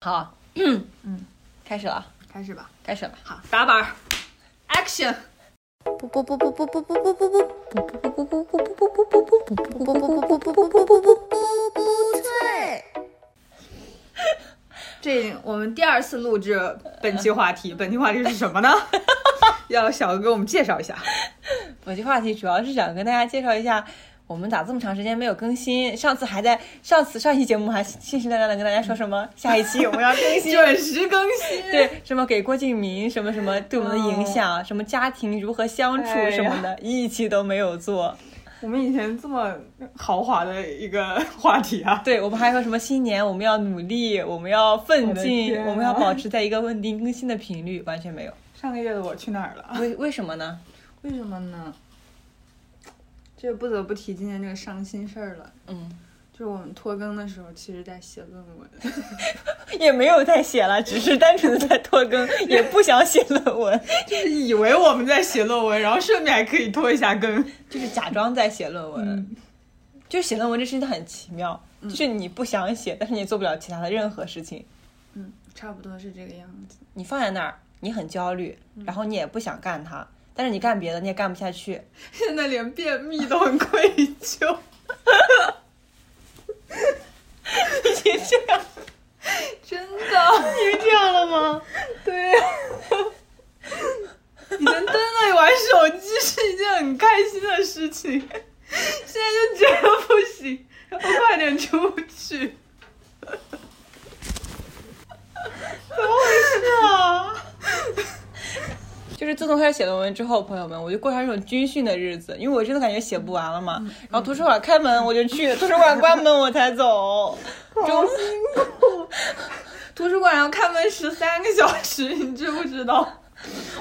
好，嗯，开始了，啊开始吧。开始了。好，打板儿，Action！这我们第二次录制本期话 题，本期话题是什么呢？要小哥给我们介绍一下。本期话题主要是想跟大家介绍一下，我们咋这么长时间没有更新？上次还在上次上一期节目还信誓旦旦的跟大家说什么， 下一期我们要更新。准时更新。对，什么给郭敬明，什么什么对我们的影响，什么家庭如何相处哎呀什么的，一期都没有做。我们以前这么豪华的一个话题啊，对，我们还说什么新年我们要努力，我们要奋我的进，天我们要啊保持在一个稳定更新的频率，完全没有。上个月的我去哪儿了？为为什么呢？为什么呢？这不得不提今天这个伤心事儿了，嗯，就是我们拖更的时候，其实在写论文， 也没有在写了，只是单纯的在拖更，也不想写论文， 就是 以为我们在写论文，然后顺便还可以拖一下更。就是假装在写论嗯文。就是写论文这事情很奇妙，就是你不想写，但是你也做不了其他的任何事情。嗯，差不多是这个样子。你放在那儿，你很焦虑，然后你也不想干它，但是你干别的你也干不下 去。现在连便秘都很愧疚，已经这样， 真的。已经这样了吗？ 对 呀、以前真的玩手机是一件很开心的事情， 现在就觉得不行，我快点出去。怎么回事啊？ 就是自从开始写论文之后，朋友们，我就过上一种军训的日子，因为我真的感觉写不完了嘛。然后图书馆开门我就去，图书馆关门我才 走。周末图书馆要开门十三个小时，你知不知道？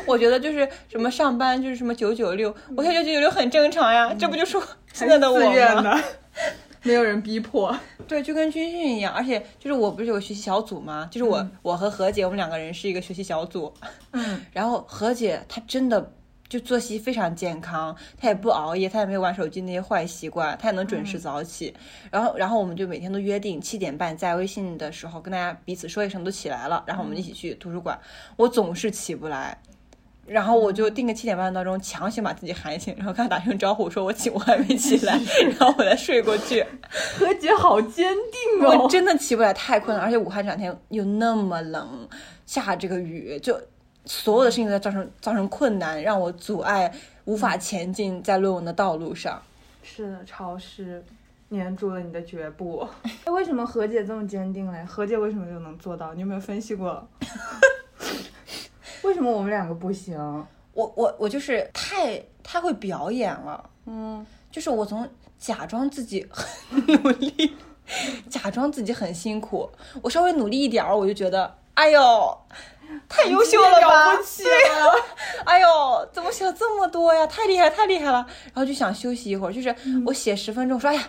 我觉得就是什么上班就是什么九九六，我觉得九九六很正常呀，这不就是现在的我自愿吗？的，没有人逼迫。对，就跟军训一样，而且就是我不是有学习小组吗？就是我、我和何姐我们两个人是一个学习小组，嗯， 然后何姐她真的。就作息非常健康，她也不熬夜，她也没有玩手机那些坏习惯，她也能准时早起。然后，然后我们就每天都约定七点半在微信的时候跟大家彼此说一声都起来了，然后我们一起去图书馆。我总是起不来，然后我就定个七点半的闹钟，强行把自己喊醒，然后跟他打声招呼，说我起，我还没起来， 然后我再睡过去。何姐好坚定哦！ 我真的起不来，太困了，而且武汉这两天又那么冷，下这个雨，就所有的事情都在造成造成困难，让我阻碍无法前进在论文的道路上。是的，潮湿粘住了你的脚 步。哎，为什么何姐这么坚定嘞？何姐为什么就能做到？你有没有分析过？ 为什么我们两个不行？我我我就是太太会表演了，嗯，就是我从假装自己很努力，假装自己很辛苦，我稍微努力一点儿，我就觉得，哎呦，太优秀了吧，了不起了！哎呦，怎么想这么多呀？太厉害，太厉害了！然后就想休息一会儿，就是我写十分钟，说哎呀，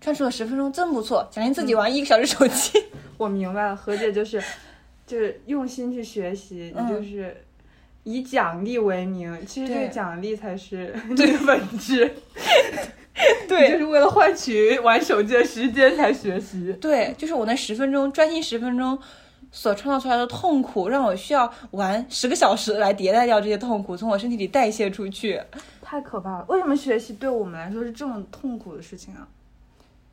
专注了十分钟，真不错。奖励自己玩一个小时手机，我明白了，何姐就是就是用心去学习，嗯你就是。以奖励为名，其实这对个奖励才是 这个本质， 你就对。是为了换取玩手机的时间才学习。对，就是我那十分钟专心十分钟所创造出来的痛苦，让我需要玩十个小时来迭代掉这些痛苦，从我身体里代谢出去。太可怕了！为什么学习对我们来说是这么痛苦的事情啊？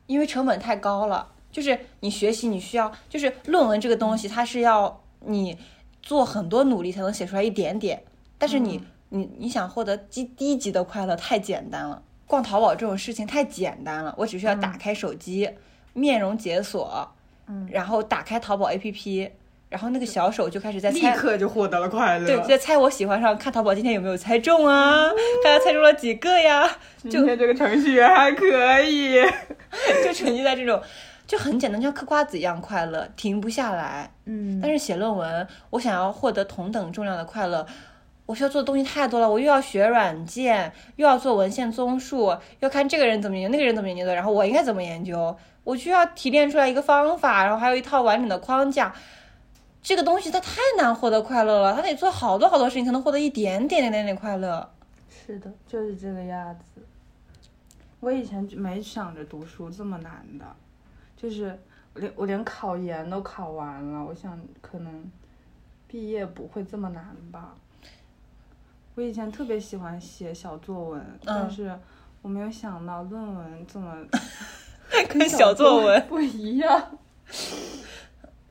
因为成本太高了。就是你学习，你需要，就是论文这个东西，它是要你做很多努力才能写出来一点点。但是嗯你，你你想获得低低级的快乐太简单了，逛淘宝这种事情太简单了。我只需要打开手机，面容解锁，嗯，然后打开淘宝 APP，然后那个小手就开始在立猜。刻就获得了快乐。对，就在猜我喜欢上，看淘宝今天有没有猜中啊？哦大家猜中了几个呀？就今天这个程序员还可以。就沉浸在这种就很简单，就像嗑瓜子一样快乐，停不下来。嗯但是写论文，我想要获得同等重量的快乐，我需要做的东西太多了，我又要学软件，又要做文献综述，又要看这个人怎么研究，那个人怎么研究的，然后我应该怎么研究，我需要提炼出来一个方法，然后还有一套完整的框架。这个东西它太难获得快乐了，它得做好多好多事情才能获得一点点点点点快乐。 是的，就是这个样子。我以前就没想着读书这么难的，就是连我连考研都考完了，我想可能毕业不会这么难吧。我以前特别喜欢写小作文，但是我没有想到论文这么 跟小作文不一样，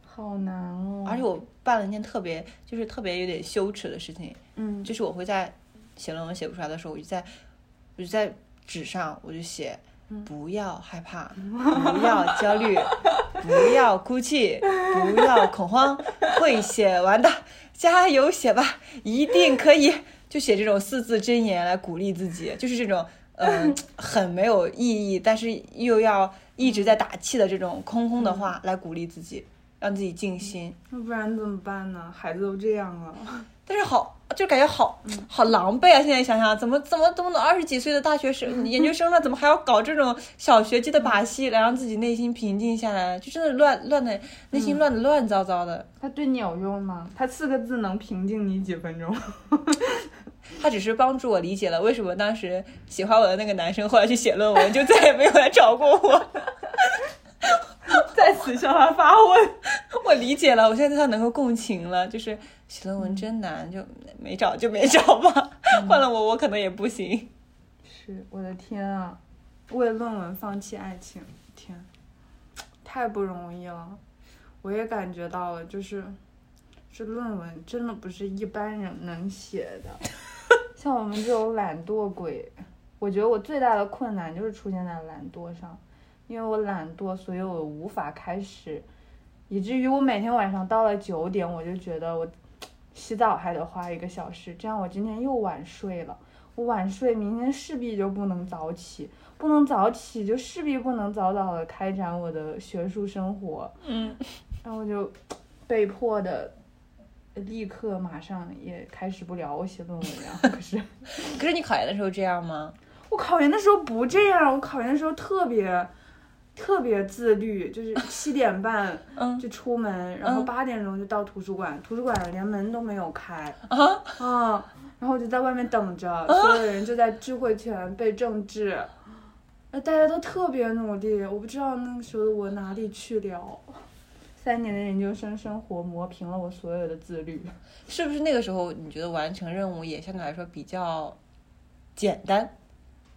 好难哦。 而且我办了一件特别就是特别有点羞耻的事情，嗯，就是我会在写论文写不出来的时候，我就在我就在纸上我就写。不要害怕，不要焦虑，不要哭泣，不要恐慌，会写完的，加油写吧，一定可以。就写这种四字真言来鼓励自己，就是这种嗯、很没有意义，但是又要一直在打气的这种空空的话来鼓励自己，让自己静心。要不然怎么办呢？孩子都这样了，但是好，就感觉好好狼狈啊！现在想想，怎么怎么怎么能二十几岁的大学生、研究生了，怎么还要搞这种小学鸡的把戏，来让自己内心平静下来？就真的乱乱的，内心乱的乱糟糟的。他对你有用吗？他四个字能平静你几分 钟？他只是帮助我理解了为什么当时喜欢我的那个男生后来去写论文，就再也没有来找过我。 在此向他发问。我理解了，我现在对他能够共情了。就是写论文真难，就没 找就没找吧。换了我，我可能也不行。是我的天啊！为论文放弃爱情，天，太不容易了。我也感觉到了，就是这论文真的不是一般人能写的。像我们这种懒惰鬼，我觉得我最大的困难就是出现在懒惰上，因为我懒惰，所以我无法开始，以至于我每天晚上到了九点，我就觉得我洗澡还得花一个小时，这样我今天又晚睡了。我晚睡，明天势必就不能早起，不能早起就势必不能早早的开展我的学术生活，嗯，然后我就被迫的立刻马上也开始不了我写论文了。可是可是你考研的时候这样吗？我考研的时候不这样，我考研的时候特别特别自律，就是七点半嗯就出门，然后嗯八点钟就到图书馆，图书馆连门都没有开啊然后我就在外面等着，所有人就在智慧权背政治。呃大家都特别努力，我不知道那个时候的我哪里去了。 三年的研究生生活磨平了我所有的自律。是不是那个时候你觉得完成任务也相对来说比较简单，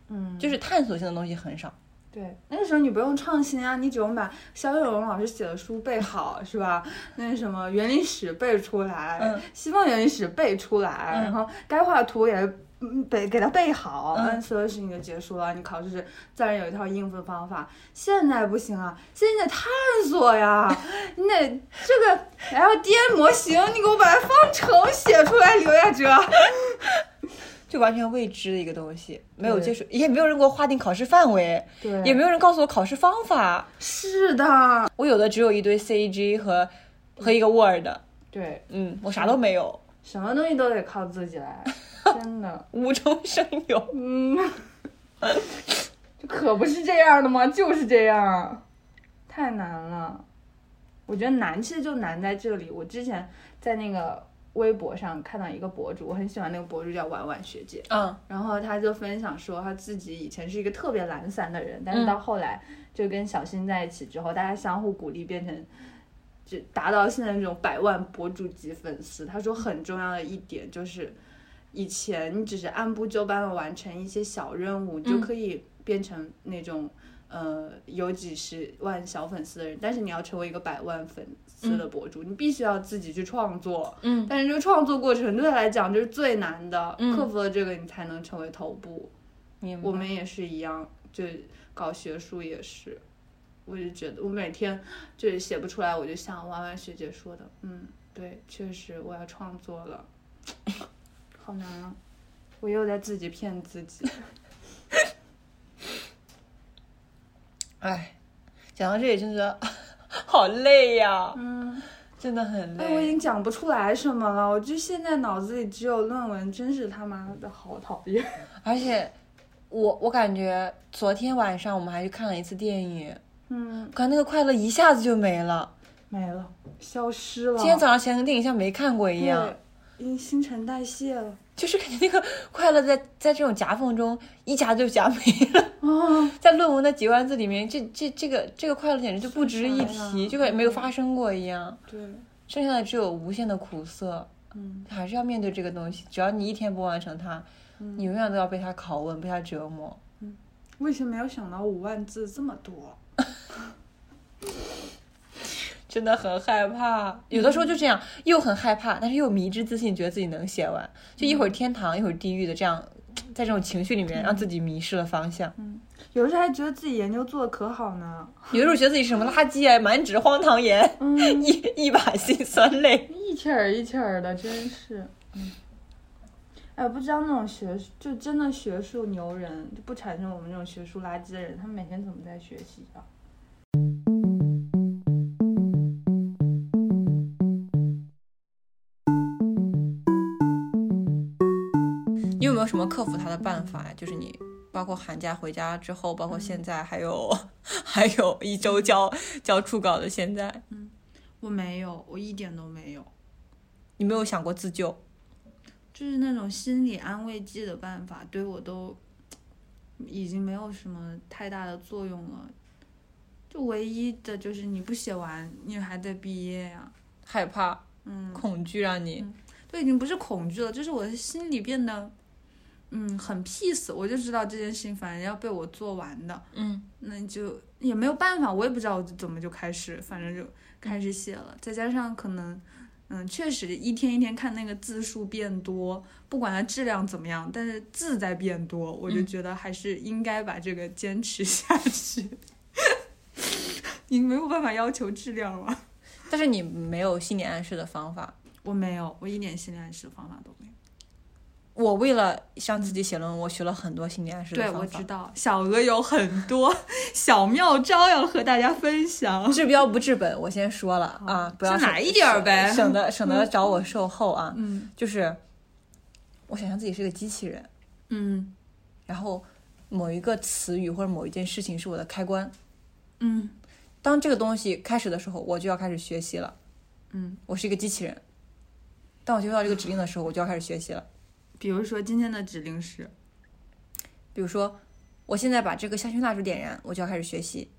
嗯，就是探索性的东西很少？对，那个时候你不用创新啊，你只用把肖友荣老师写的书背好， 是吧？那什么园林史背出来，嗯西方园林史背出来，嗯然后该画的图也嗯背给它背好，嗯嗯，所有事情就结束了。你考试自然有一套应付的方法。现在不行啊，现在探索呀， 你得这个 LDN 模型，你给我把它方程写出来，刘亚哲。就完全未知的一个东西，没有对接触，也没有人给我划定考试范围，对也没有人告诉我考试方法。是的，我有的只有一堆 CG 嗯和和一个 Word，对，嗯，我啥都没有，什么东西都得靠自己来，真的。无中生有。嗯，这可不是这样的吗？就是这样，太难了。我觉得难其实就难在这里。我之前在那个微博上看到一个博主，我很喜欢那个博主叫婉婉学姐，嗯然后她就分享说她自己以前是一个特别懒散的人，但是到后来就跟小新在一起之后，大家相互鼓励，变成就达到现在这种百万博主级粉丝。他说很重要的一点就是，以前你只是按部就班的完成一些小任务，你就可以变成那种呃有几十万小粉丝的人，但是你要成为一个百万粉丝的博主，你必须要自己去创作。嗯，但是这个创作过程对他来讲就是最难的，嗯克服了这个你才能成为头部。明白我们也是一样，就搞学术也是，我就觉得我每天就是写不出来，我就像弯弯学姐说的，嗯，对，确实我要创作了， 好难啊！我又在自己骗自己。哎，讲到这里真的觉得 好累呀，嗯，真的很哎，我已累。经讲不出来什么了，我就现在脑子里只有论文，真是他妈的好讨 厌。而且我我感觉昨天晚上我们还去看了一次电影。嗯，感觉那个快乐一下子就没了。没了，消失了。今天早上前跟电影像没看过一哦对样。已经新陈代谢了。就是感觉那个快乐在在这种夹缝中一夹就夹没了， 啊，在论文的几万字里面，这这这个这个快乐简直就不值一是啊提，就感觉没有发生过一样，对，剩下的只有无限的苦涩，嗯，还是要面对这个东西，只要你一天不完成它，嗯你永远都要被它拷问，被它折磨。我以前没有想到五万字这么多，真的很害怕，有的时候就这样，又很害怕，但是又迷之自信，觉得自己能写完，就一会儿天堂，一会儿地狱的这样，在这种情绪里面让自己迷失了方向。有的时候还觉得自己研究做的可好呢，有的时候觉得自己是什么垃圾啊，满纸荒唐言， 嗯，一一把辛酸泪。一气儿一气儿的，真是，嗯，哎，不知道那种学术就真的学术牛人，就不产生我们这种学术垃圾的人，他们每天怎么在学习啊？嗯你有没有什么克服它的办法呀？就是你包括寒假回家之后，包括现在，还有 还有一周交交初稿的现在，我没有，我一点都没有，你没有想过自救？就是那种心理安慰剂的办法，对我都已经没有什么太大的作用了。就唯一的就是你不写完，你还得毕业呀、害怕、嗯，恐惧让你都已经不是恐惧了，就是我的心里变得，嗯，很 peace。我就知道这件事情反正要被我做完的，嗯，那就也没有办法，我也不知道我怎么就开始，反正就开始写了。再加上可能，嗯，确实一天一天看那个字数变多，不管它质量怎么样，但是字在变多，我就觉得还是应该把这个坚持下去。 你没有办法要求质量吗？但是你没有心理暗示的方法。我没有，我一点心理暗示的方法都没有。我为了向自己写论文，我学了很多心理暗示的对，方法。我知道小鹅有很多 小妙招要和大家分享。治标不治本，我先说了啊，不要就省哦哪一点儿呗省得省得找我售后啊。 嗯就是我想象自己是个机器人，嗯然后某一个词语或者某一件事情是我的开关。嗯当这个东西开始的时候，我就要开始学习了。嗯，我是一个机器人，当我接受到这个指令的时候，我就要开始学习了。比如说今天的指令是比如说，我现在把这个香薰蜡烛点燃，我就要开始学习，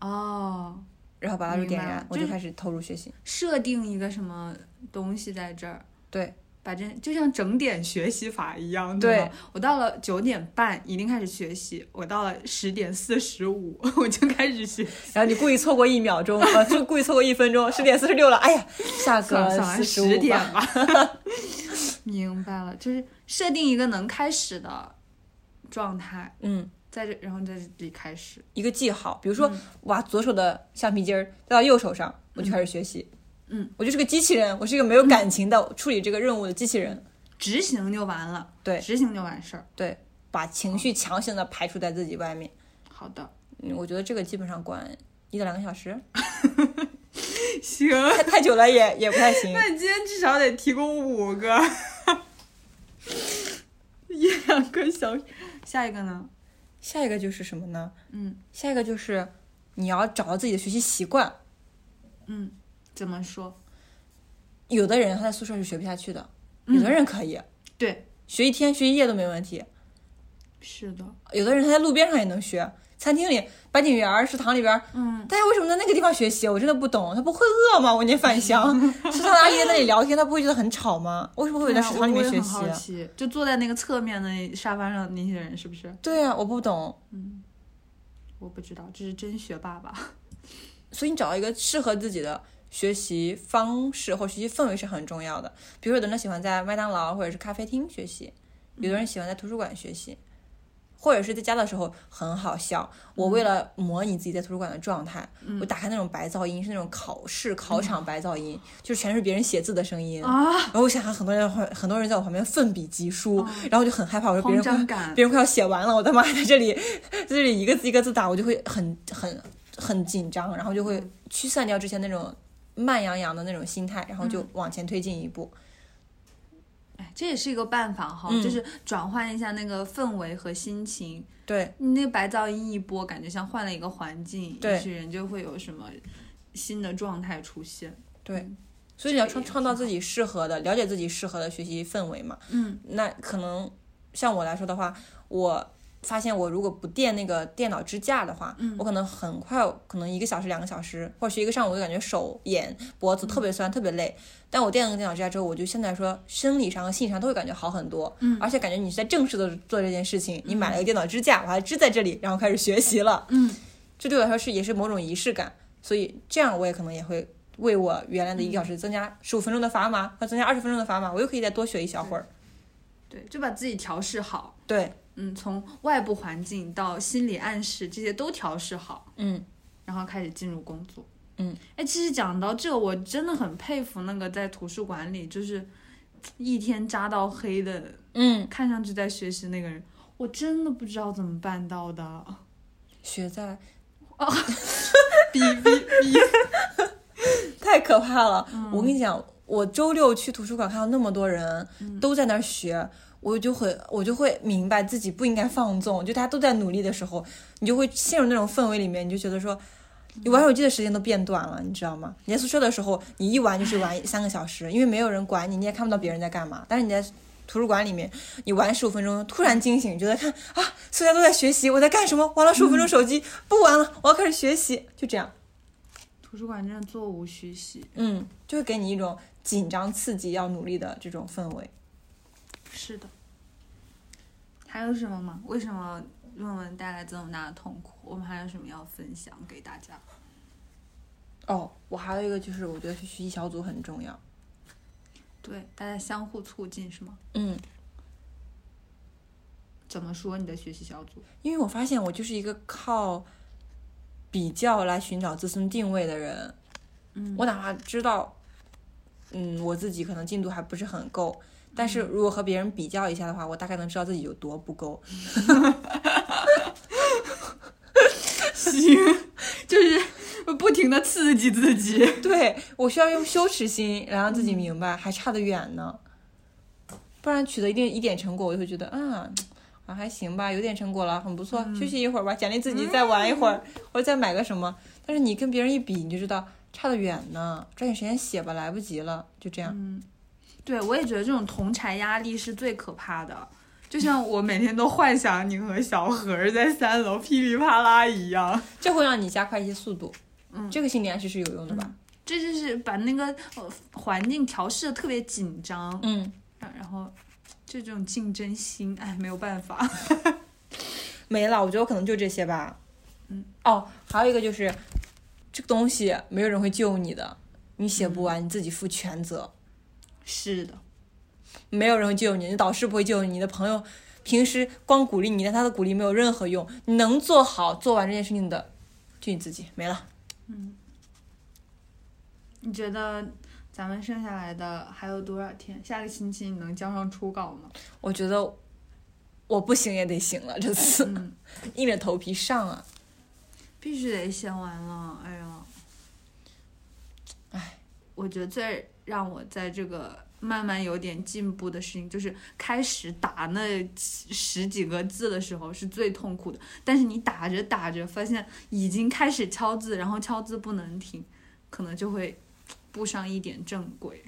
哦，然后把蜡烛点燃明白了，我就就是开始投入学习。设定一个什么东西在这儿。对，把这就像整点学习法一样，对吗我到了九点半一定开始学习，我到了十点四十五 我就开始学，然后你故意错过一秒 钟，呃，就故意错过一分钟，十点四十六了，哎呀，下算个了算了，四十五十吧。点吧。 明白了，就是设定一个能开始的状态，嗯，在这，然后在这里开始。一个记号，比如嗯说，我把左手的橡皮筋儿带到右手上，我就开始学习。嗯，我就是个机器人，我是一个没有感情的、处理这个任务的机器人，执行就完了，对执行就完事儿。把情绪强行的排除在自己外面。好的，嗯，我觉得这个基本上管一到两个小时， 行，太太久了也也不太行。那你今天至少得提供五 个，一两个小时。下一个呢？下一个就是什么呢？嗯下一个就是你要找到自己的学习习惯。嗯，怎么说？有的人他在宿舍是学不下去的，嗯有的人可以，对，学一天学一夜都没问题。是的，有的人他在路边上也能学，餐厅里、白景园儿、食堂里边儿，嗯，大家为什么在那个地方学习？我真的不懂，他不会饿吗？我念返乡，食堂的阿姨在那里聊天，他不会觉得很吵吗？为什么会有对在啊食堂里面我学也很习好？奇，就坐在那个侧面的沙发上的那些人是不是？ 嗯对啊，我不懂，我不知道，这是真学霸吧？所以你找一个适合自己的学习方式或学习氛围是很重要的。比如说，有的人喜欢在麦当劳或者是咖啡厅学习，有的人喜欢在图书馆学习。或者是在家的时候很好笑，我为了模拟自己在图书馆的状态，嗯我打开那种白噪音，是那种考试考场白噪音，就全是别人写字的声音。嗯啊，然后我想象很多人很多人在我旁边奋笔疾书，然后我就很害怕，我说别嗯慌人张快感。别人快要写完了，我他妈在这里 在这里一个字一个字打，我就会很很很紧张，然后就会驱散掉之前那种慢洋洋的那种心态，然后就往前推进一步。哎，这也是一个办法哈，嗯就是转换一下那个氛围和心情。对你那白噪音一播，感觉像换了一个环境，对也许人就会有什么新的状态出现。对，所以你要创创造自己适合的，了解自己适合的学习氛围嘛。嗯，那可能像我来说的话，我发现我如果不垫那个电脑支架的话，我可能很快，可能一个小时、两个小时，或者是一个上午，就感觉手、眼、脖子特别酸、特别累。但我垫了个电脑支架之后，我就现在说，生理上和心理上都会感觉好很多。嗯，而且感觉你是在正式的做这件事情，你买了一个电脑支架，我还支在这里，然后开始学习了。嗯， 这对我来说是也是某种仪式感，所以这样我也可能也会。为我原来的一个小时增加十五分钟的砝码，或增加二十分钟的砝码，我又可以再多学一小会儿。对，就把自己调试好。对，嗯，从外部环境到心理暗示，这些都调试好，嗯，然后开始进入工作。嗯，哎，其实讲到这，我真的很佩服那个在图书馆里就是一天扎到黑的，嗯，看上去在学习那个人，我真的不知道怎么办到的。啊学在哦 比比， 嗯太可怕了。我跟你讲，我周六去图书馆看到那么多人、嗯都在那儿学，我就会我就会明白自己不应该放纵。就大家都在努力的时候，你就会陷入那种氛围里面，你就觉得说。嗯你玩手机的时间都变短了，你知道吗？你在宿舍的时候，你一玩就是玩三个小时，因为没有人管你，你也看不到别人在干嘛。但是你在图书馆里面，你玩十五分钟，突然惊醒，你就在看啊，大家都在学习，我在干什么？玩了十五分钟手机，不玩了，我要开始学习，就这样。图书馆真的座无虚席。嗯，就会给你一种紧张、刺激、要努力的这种氛围。是的。还有什么吗？为什么论文带来这么大的痛苦？我们还有什么要分享给大家？哦，我还有一个就是，我觉得学习小组很重要。对，大家相互促进是吗？嗯，怎么说你的学习小组？因为我发现我就是一个靠比较来寻找自身定位的人。嗯，我哪怕知道，嗯，我自己可能进度还不是很够，但是如果和别人比较一下的话，我大概能知道自己有多不够。行， 就是不停的刺激自己。 对我需要用羞耻心来让自己明白还差得远呢，不然取得一定一点成果，我就会觉得啊啊还行吧，有点成果了，很不错，嗯休息一会儿吧，奖励自己再玩一会儿，或者再买个什么。但是你跟别人一比，你就知道差得远呢，抓紧时间写吧，来不及了，就这嗯样。对，我也觉得这种同柴压力是最可怕的。就像我每天都幻想你和小何儿在三楼噼里啪啦一样，这会让你加快一些速度，嗯这个心理暗示是有用的吧？这就是把那个呃环境调试的特别紧张，嗯，然后就这种竞争心，哎，没有办法。没了，我觉得我可能就这些吧。嗯，哦，还有一个就是这个东西没有人会救你的，你写嗯不完、你自己负全责。是的，没有人会救你，你导师不会救你，你的朋友平时光鼓励你，但他的鼓励没有任何用。你能做好做完这件事情的，就你自己没了。你觉得咱们剩下来的还有多少天？下个星期你能交上初稿吗？我觉得我不行也得行了，这次、 嗯硬着头皮上啊！必须得写完了，哎呀，唉，我觉得最让我在这个慢慢有点进步的事情，就是开始打那几十几个字的时候是最痛苦的，但是你打着打着发现已经开始敲字，然后敲字不能停，可能就会步上一点正轨，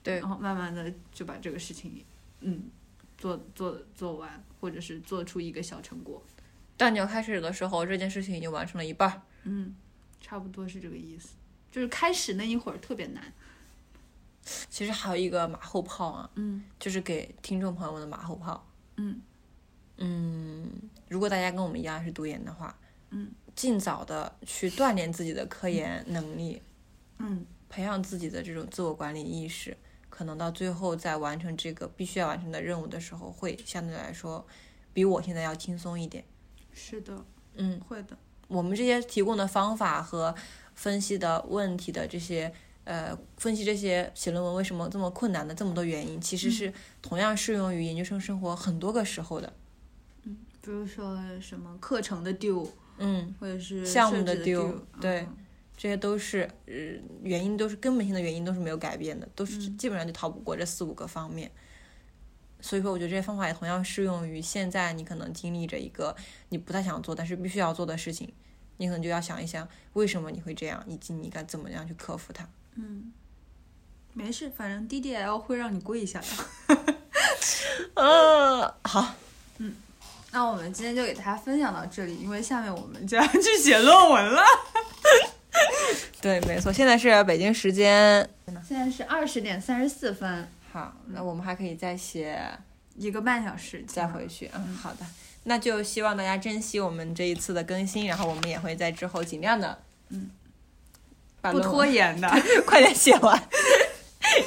对然后慢慢的就把这个事情，嗯，做做做完，或者是做出一个小成果，但你要开始的时候，这件事情已经完成了一半儿。嗯，差不多是这个意思。就是开始那一会儿特别难，其实还有一个马后炮啊，嗯，就是给听众朋友们的马后炮。嗯嗯，如果大家跟我们一样是读研的话，嗯，尽早的去锻炼自己的科研能力。嗯，培养自己的这种自我管理意识，可能到最后在完成这个必须要完成的任务的时候，会相对来说比我现在要轻松一点。是的，嗯，会的，我们这些提供的方法和分析的问题的这些呃，分析这些写论文为什么这么困难的这么多原因，其实是同样适用于研究生生活很多个时候的。比如说什么课程的 due，嗯，或者是项目设置的的 due，嗯对这些都是呃原因，都是根本性的原因，都是没有改变的，都是基本上就逃不过这四五个方面。所以说，我觉得这些方法也同样适用于现在你可能经历着一个你不太想做但是必须要做的事情，你可能就要想一想为什么你会这样，以及你该怎么样去克服它。嗯，没事，反正 DDL 会让你跪下的。 嗯，好，那我们今天就给大家分享到这里，因为下面我们就要去写论文了。对，没错，现在是北京时间。 现在是二十点三十四分，好，那我们还可以再写，一个半小时，再回去。嗯，好的，那就希望大家珍惜我们这一次的更新，然后我们也会在之后尽量的，嗯，把不论文拖延 的。 快点写完，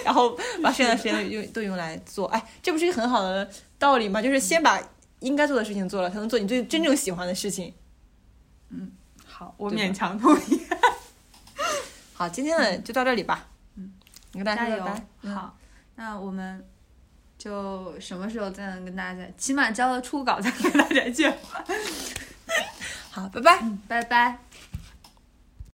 然后把剩下的时间用都用来做。哎，这不是一个很好的道理吗？就是先把应该做的事情做了，才能做你最真正喜欢的事情。好，我对吧勉强同意。好，今天的就到这里吧。嗯，你跟大家加说油拜拜。！嗯，好，那我们就什么时候再能跟大家，起码交了初稿再跟大家见。嗯好，拜拜。拜拜。